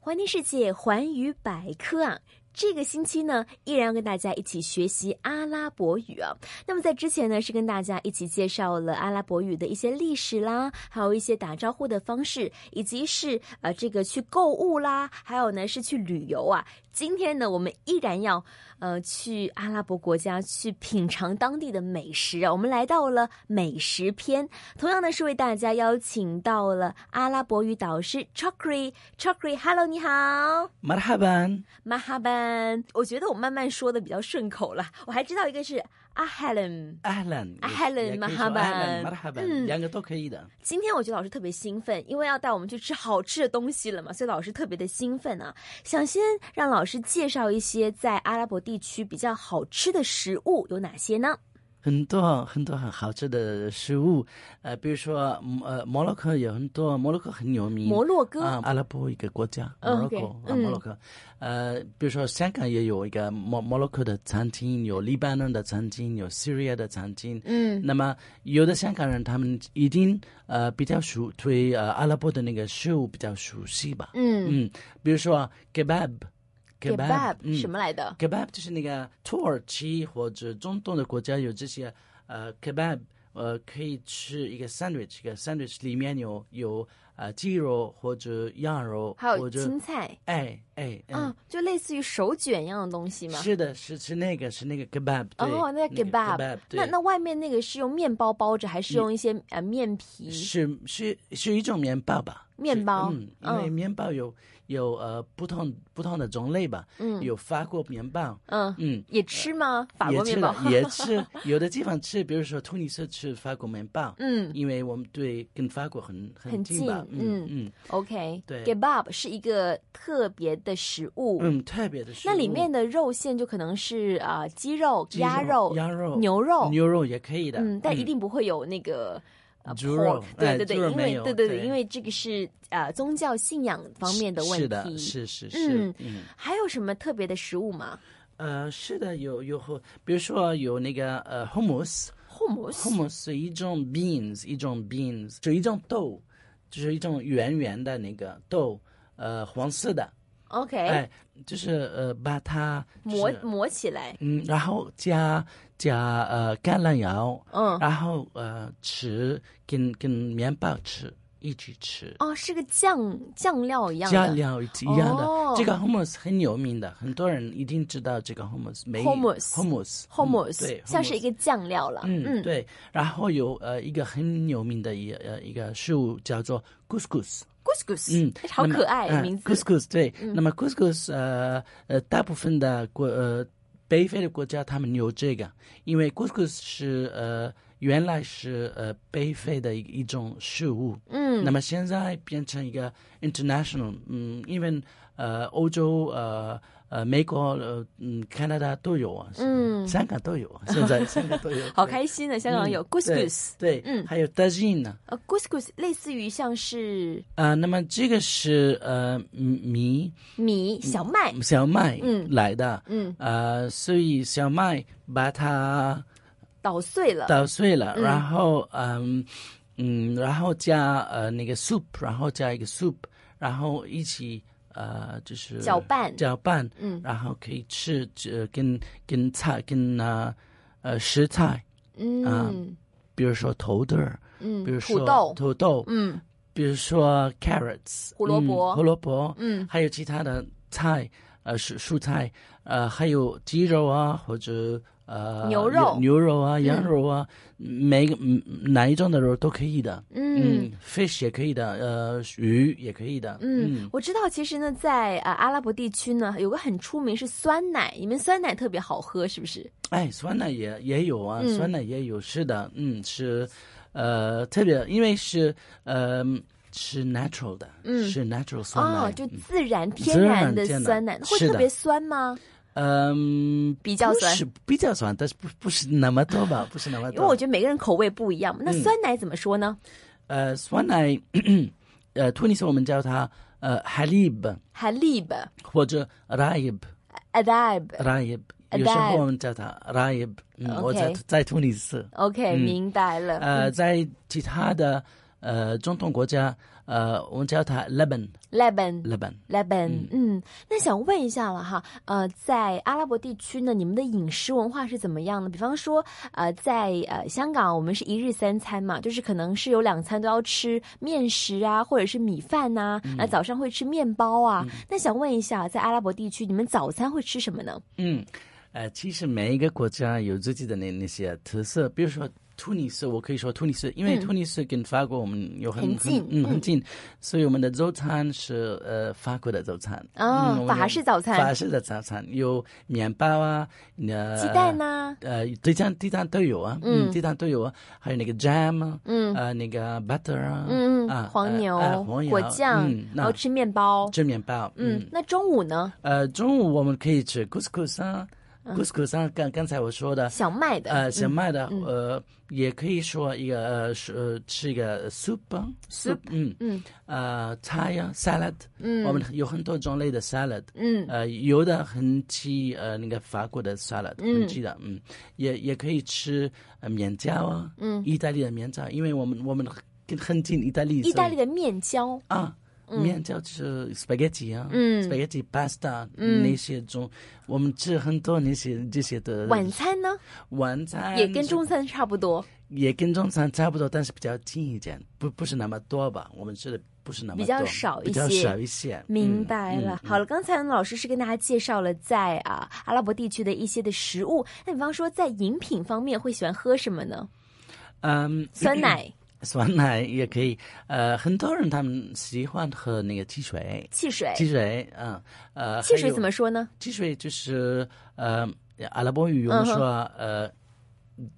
环听世界环语百科啊。这个星期呢，依然要跟大家一起学习阿拉伯语啊。那么在之前呢，是跟大家一起介绍了阿拉伯语的一些历史啦，还有一些打招呼的方式，以及是呃这个去购物啦，还有呢是去旅游啊。今天呢，我们依然要呃去阿拉伯国家去品尝当地的美食啊。我们来到了美食篇，同样呢是为大家邀请到了阿拉伯语导师 Chokri Chokri，Hello，你好。 مرحبا 马哈班，我觉得我慢慢说的比较顺口了。我还知道一个是阿 Helen。 اهلا أهلاً، يا كيف مرحباً. اهلا مرحبا مم. يعني تو كيدا 今天我觉得老师特别兴奋，因为要带我们去吃好吃的东西了嘛，所以老师特别的兴奋啊。想先让老师介绍一些在阿拉伯地区比较好吃的食物有哪些呢？很多很多很好吃的食物，呃，比如说嗯呃，摩洛哥有很多，摩洛哥很有名。摩洛哥，啊，阿拉伯一个国家，摩嗯洛，OK，哥啊，嗯摩洛哥，呃，比如说香港也有一个摩摩洛哥的餐厅，有黎巴嫩的餐厅，有 Syria 的餐厅。嗯那么有的香港人他们一定呃比较熟对呃阿拉伯的那个食物比较熟悉吧？嗯嗯，比如说 kebab。 ，kebab、嗯什么来的？ kebab 就是那个土耳其或者中东的国家有这些呃 kebab，呃可以吃一个 sandwich，一个 sandwich 里面有有呃鸡肉或者羊肉，还有或者青菜哎哎嗯啊，，就类似于手卷一样的东西吗？是的，是是那个是那个 kebab，对，哦，那个 kebab，对那那外面那个是用面包包着，还是用一些呃面皮？是是是一种面包嗯吧？面是包嗯，因为嗯面包有有呃不同不同的种类吧，嗯有法国面包，嗯，嗯，也吃吗？法也国吃面包？ 了也吃，有的地方吃，比如说突尼斯吃法国面包，嗯因为我们对跟法国很很很近吧，近嗯嗯嗯，OK，对 kebab 是一个特别的食物，嗯，特别的食物。那里面的肉馅就可能是啊、呃鸡肉、鸡鸭肉肉、鸭肉嗯牛肉，牛肉也可以的，哎嗯，但一定不会有那个。呃猪 pork，肉哎对对对，猪肉因没为有对对对，对因为这个是呃宗教信仰方面的问是题。的，是是是嗯，嗯，还有什么特别的食物吗呃，是的，有有，比如说有那个呃 hummus。 ？hummus， hummus 是一种 beans，一种 beans，就一种豆，就是一种圆圆的那个豆，呃，黄色的， OK，、哎，就是呃，把它、就是、磨磨起来，嗯，然后加加呃橄榄油，嗯，然后呃吃跟跟面包吃一起吃，哦，是个酱酱料一样的加料一起一样的。哦这个 hummus 很有名的，很多人一定知道这个 hummus 美语。 Hummus hummus 嗯 hummus，、对，像是一 hummus 个酱料了。嗯，对，然后有呃一个很有名的一呃一个食物叫做 couscous， ，couscous，嗯，好可爱那么的名呃、字。嗯 couscous 对，那么 couscous 呃呃大部分的国呃北非的国家他们有这个，因为 couscous 是呃原来是呃北非的一一种食物，嗯那么现在变成一个 international，嗯，因为呃欧洲呃呃美国呃嗯加拿大都有啊，嗯，香港都有 啊，现在香港都有，好对开心啊呢！香港有嗯 couscous，对，嗯嗯，还有 tagine 呢，呃，couscous 类似于像是啊、那么这个是呃米嗯米、小麦，小麦嗯来的，嗯，呃，所以小麦把它捣碎了，捣碎了，嗯然后嗯嗯，然后加呃那个 soup，然后加一个 soup，然后一起呃就是搅拌搅拌，嗯然后可以吃呃跟跟菜跟呃呃食材，嗯比如说土豆儿，嗯，啊比如说土豆，土豆，嗯比如说 carrots 胡萝卜嗯胡萝卜，嗯还有其他的菜，呃，蔬蔬菜，呃，还有鸡肉啊，或者呃牛肉嗯牛肉啊、羊肉啊，每个嗯哪一种的肉都可以的。嗯。 ，fish 也可以的，呃，鱼也可以的。嗯，我知道，其实呢，在呃阿拉伯地区呢，有个很出名是酸奶，你们酸奶特别好喝，是不是？哎，酸奶也也有啊，嗯酸奶也有，是的，嗯，是，呃，特别因为是呃是 natural 的，嗯是 natural 酸奶，嗯哦，就自然天自然然的天然酸奶会是特的别酸吗？嗯，比较不酸是比较酸，但是不不是那么多吧，不是那么因多。为我觉得每个人口味不一样嘛。那嗯酸奶怎么说呢？呃，酸奶， 呃，突尼斯我们叫它呃 halib halib、或者 raib adab。 raib，有时候我们叫它 raib，嗯， OK 嗯我在在突尼斯， OK，、明白了。呃呃，在其他的呃中东国家，呃，我们叫它 Lebanon， Leban。 Lebanon。 Leban，嗯，那想问一下了哈，呃，在阿拉伯地区呢，你们的饮食文化是怎么样呢？比方说，呃，在呃香港，我们是一日三餐嘛，就是可能是有两餐都要吃面食啊，或者是米饭呐、嗯啊，呃，早上会吃面包啊。那想问一下，在阿拉伯地区，你们早餐会吃什么呢？嗯，呃，其实每一个国家有自己的那那些特色，比如说突尼斯，我可以说突尼斯，因为突尼斯跟法国我们有嗯很很近嗯，很近，所以我们的早餐是呃法国的早餐嗯啊我们法式早餐法式的早餐有面包啊，呃鸡蛋啊呐、呃，地蛋地蛋都有啊，嗯，地蛋都有啊，还有那个 jam 啊，嗯，呃，那个 butter 啊，嗯啊嗯，，黄牛、呃呃黄油果酱，嗯，然后那吃面包。吃面包，嗯嗯，那中午呢？呃，中午我们可以吃 couscous 啊，couscous 啊，刚刚才我说的，小麦的、呃，小麦的，呃，也可以说一个呃是呃吃一个 soup 啊 soup，嗯嗯，呃，菜呀 salad，嗯，我们有很多种类的 salad，嗯，呃，有的很吃呃那个法国的 salad，很吃的，嗯，也也可以吃呃面饺啊，嗯，意大利的面饺，因为我们我们很很近意大利，意大所利以的面焦，嗯啊，面叫吃 spaghetti 啊、s p a g h e t t i pasta、那嗯些中，我们吃很多那些这些的晚餐呢晚餐也跟中餐差不多，也跟中餐差不多，但是比较近一点，不不是那么多吧？我们吃的不是那么多比较少一比较些少一些。明嗯白了。好了，刚才呢，老师是跟大家介绍了在啊阿拉伯地区的一些的食物。那比方说在饮品方面，会喜欢喝什么 呢？嗯，酸奶、酸奶也可以。呃，很多人他们喜欢喝那个汽水，汽水。汽水，嗯，呃，汽还水有怎么说呢？汽水就是呃，阿拉伯语我们嗯哼说、呃，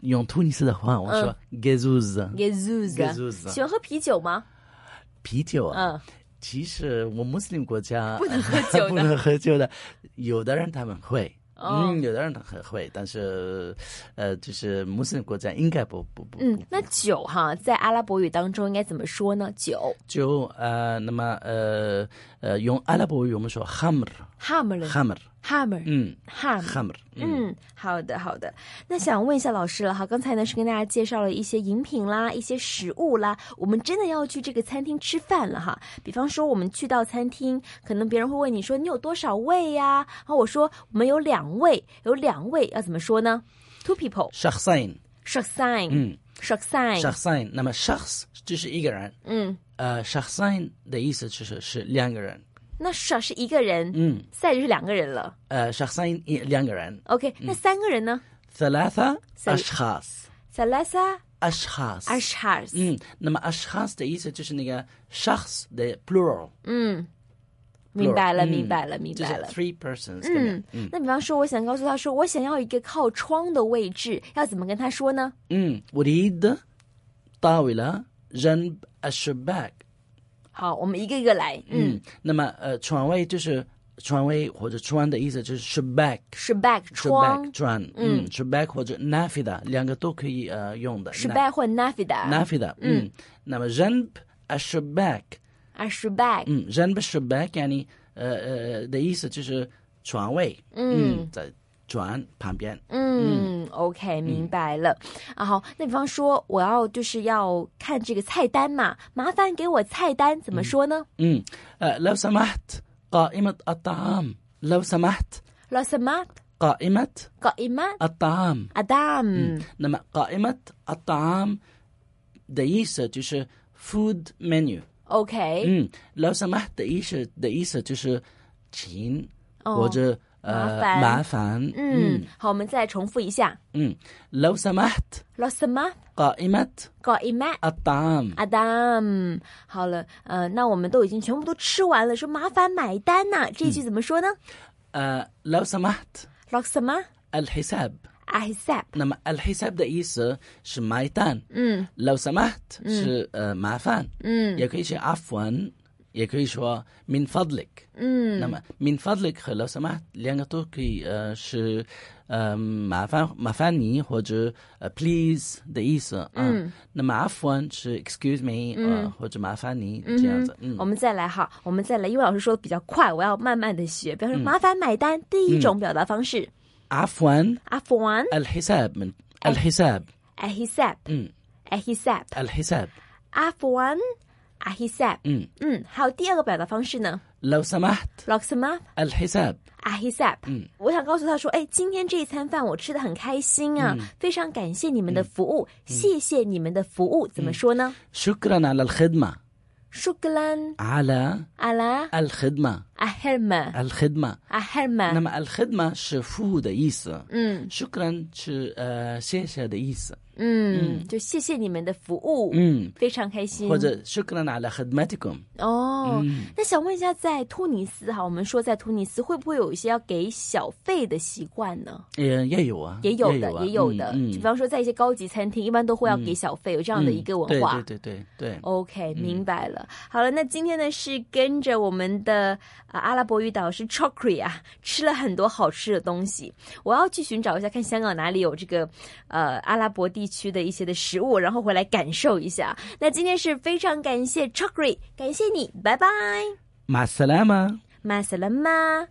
用突尼斯的话，我们说嗯 g a z o u z g a z u z Gazouz 喜欢喝啤酒吗？啤酒啊。嗯，其实我穆斯林国家不能喝酒的 不能喝酒的。有的人他们会，哦嗯，有的人他很会，但是呃，就是穆斯林国家应该不不不，嗯不，那酒哈，在阿拉伯语当中应该怎么说呢？酒就呃，那么呃呃，用阿拉伯语我们说 hammer，hammer， ，hammer，hammer，hammer。嗯，hammer，嗯。嗯，好的好的。那想问一下老师了哈，刚才呢是跟大家介绍了一些饮品啦，一些食物啦。我们真的要去这个餐厅吃饭了哈。比方说，我们去到餐厅，可能别人会问你说你有多少位呀、然后我说我们有两位，有两位要怎么说呢？Two people, شخصين shaksin，嗯 s h a k s i n شخصين 那么 شخص 就是一个人，嗯，呃，شخصين 的意思就是是两个人，那 shak 是一个人嗯， ，sai 就是两个人了。呃，شخصين 一两个人 OK，那三个人呢 ثلاثة ثل- أشخاص ？Salasa أشخاص ashars，嗯，那么 ashkhas 的意思就是那个 shakhs 的 plural，嗯，明白了，嗯明白了，明就是白了。 three persons 这嗯样。嗯那比方说，我想告诉他说，我想要一个靠窗的位置，要怎么跟他说呢？嗯，أريد طاولة جنب الشباك。好，我们一个一个来。嗯嗯，那么呃，床位就是床位或者窗的意思就是 shabak。 s h b a k 窗 shabak 窗，嗯，shabak 或者 nafida 两个都可以呃用的。 s h b a k 或 nafida， nafida，嗯，那么 نعم، جنب الشباك，啊 s h b a k 嗯，جنب الشباك يعني 呃呃的意思就是床位，嗯，在床旁边。嗯 o k 明白了。啊，好，那比方说，我要就是要看这个菜单嘛，麻烦给我菜单，怎么说呢 امم آه، لو سمحت قائمة الطعام لو سمحت l o s a m a t قائمة g o i m a الطعام adam نما قائمة الطعام دقيسة تشي فود منيو OK， امم لو سمحت دقيسة دقيسة تشي تشين وجه آه، 麻烦。麻烦嗯，好，我们再重复一下 امم لو سمحت l o s a m a t قائمة g o i m a الطعام 阿当，好了，呃，那我们都已经全部都吃完了，说麻烦买单呐、这一句怎么说呢 آه، لو سمحت l o x a m a الحساب a h i نما الحساب دقيسة شو مايتان 嗯 لو سمحت شو آه، معفان 嗯 يكون شيء عفوا يكون شو من فضلك 嗯 نما من فضلك لو سمحت لأن توكي آه، شو آه، معفان معفاني آه، هوجو بليز دقيسة آه. نما عفوا شو excuse me آه، هوجو معفاني 这样子我们再来哈，我们再来，因为老师说的比较快，我要慢慢的学。比方说，麻烦买单，第一种表达方式， عفوا 阿 f one الحساب من الحساب a h i s a b مم. a h i s a b الحساب 阿弗安阿希塞。嗯嗯，还有第二个表达方式呢 لو سمحت l o x m a الحساب a h i s a p 嗯，啊我想告诉他说，哎，今天这一餐饭我吃的很开心嗯啊，非常感谢你们的服务，谢谢你们的服务，怎么说呢嗯 شكرا على الخدمة ？Shukran على ala الخدمة aherma الخدمة aherma。那么 الخدمة 是服务的意思，嗯 شكرا 是呃谢谢的意思，嗯，就谢谢你们的服务，嗯，非常开心。或者 شكرا على خدمتكم，哦，嗯那想问一下，在突尼斯哈，我们说在突尼斯会不会有一些要给小费的习惯呢？也也有啊，也有的，啊也有的。嗯就比嗯方说，在一些高级餐厅，一般都会要给小费，有这样的一个文化。嗯对对对对对。 OK，明白了。好了，那今天呢是跟着我们的啊阿拉伯语导师 Chokri 啊，吃了很多好吃的东西。我要去寻找一下，看香港哪里有这个呃阿拉伯地区的一些的食物，然后回来感受一下。那今天是非常感谢 Chokri，感谢你，拜拜 مع السلامة m a s a l a m a